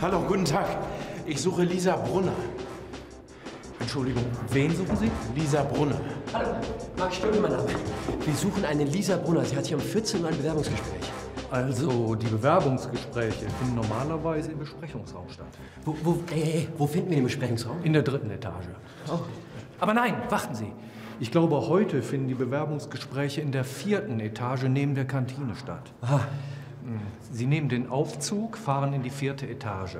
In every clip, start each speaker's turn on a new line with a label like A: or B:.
A: Hallo, guten Tag. Ich suche Lisa Brunner. Entschuldigung,
B: Wen suchen Sie?
A: Lisa Brunner.
C: Hallo, Marc Stöbel, mein Name. Wir suchen eine Lisa Brunner. Sie hat hier um 14 Uhr ein Bewerbungsgespräch.
B: Also, die Bewerbungsgespräche finden normalerweise im Besprechungsraum statt.
C: Wo, wo, ey, ey, wo finden wir den Besprechungsraum?
B: In der dritten Etage. Aber nein, warten Sie. Ich glaube, heute finden die Bewerbungsgespräche in der vierten Etage neben der Kantine statt. Hm. Sie nehmen den Aufzug, fahren in die vierte Etage.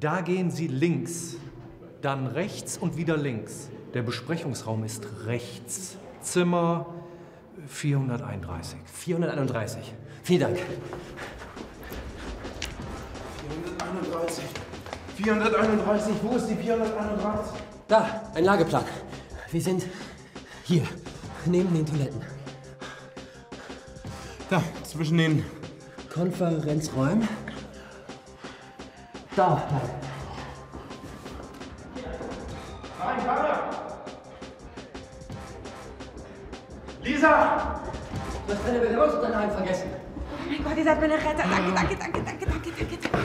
B: Da gehen Sie links, dann rechts und wieder links. Der Besprechungsraum ist rechts. Zimmer 431.
C: 431. Vielen Dank.
A: 431. 431. Wo ist die 431?
C: Da, ein Lageplan. Wir sind hier, neben den Toiletten.
A: Da, zwischen den.
C: Konferenzräumen. Da, nein.
A: Nein, warte! Lisa!
C: Du hast deine Bewerbungsunterlagen vergessen.
D: Oh mein Gott, ihr seid meine Retter. Danke, danke, danke, danke, danke, danke, danke.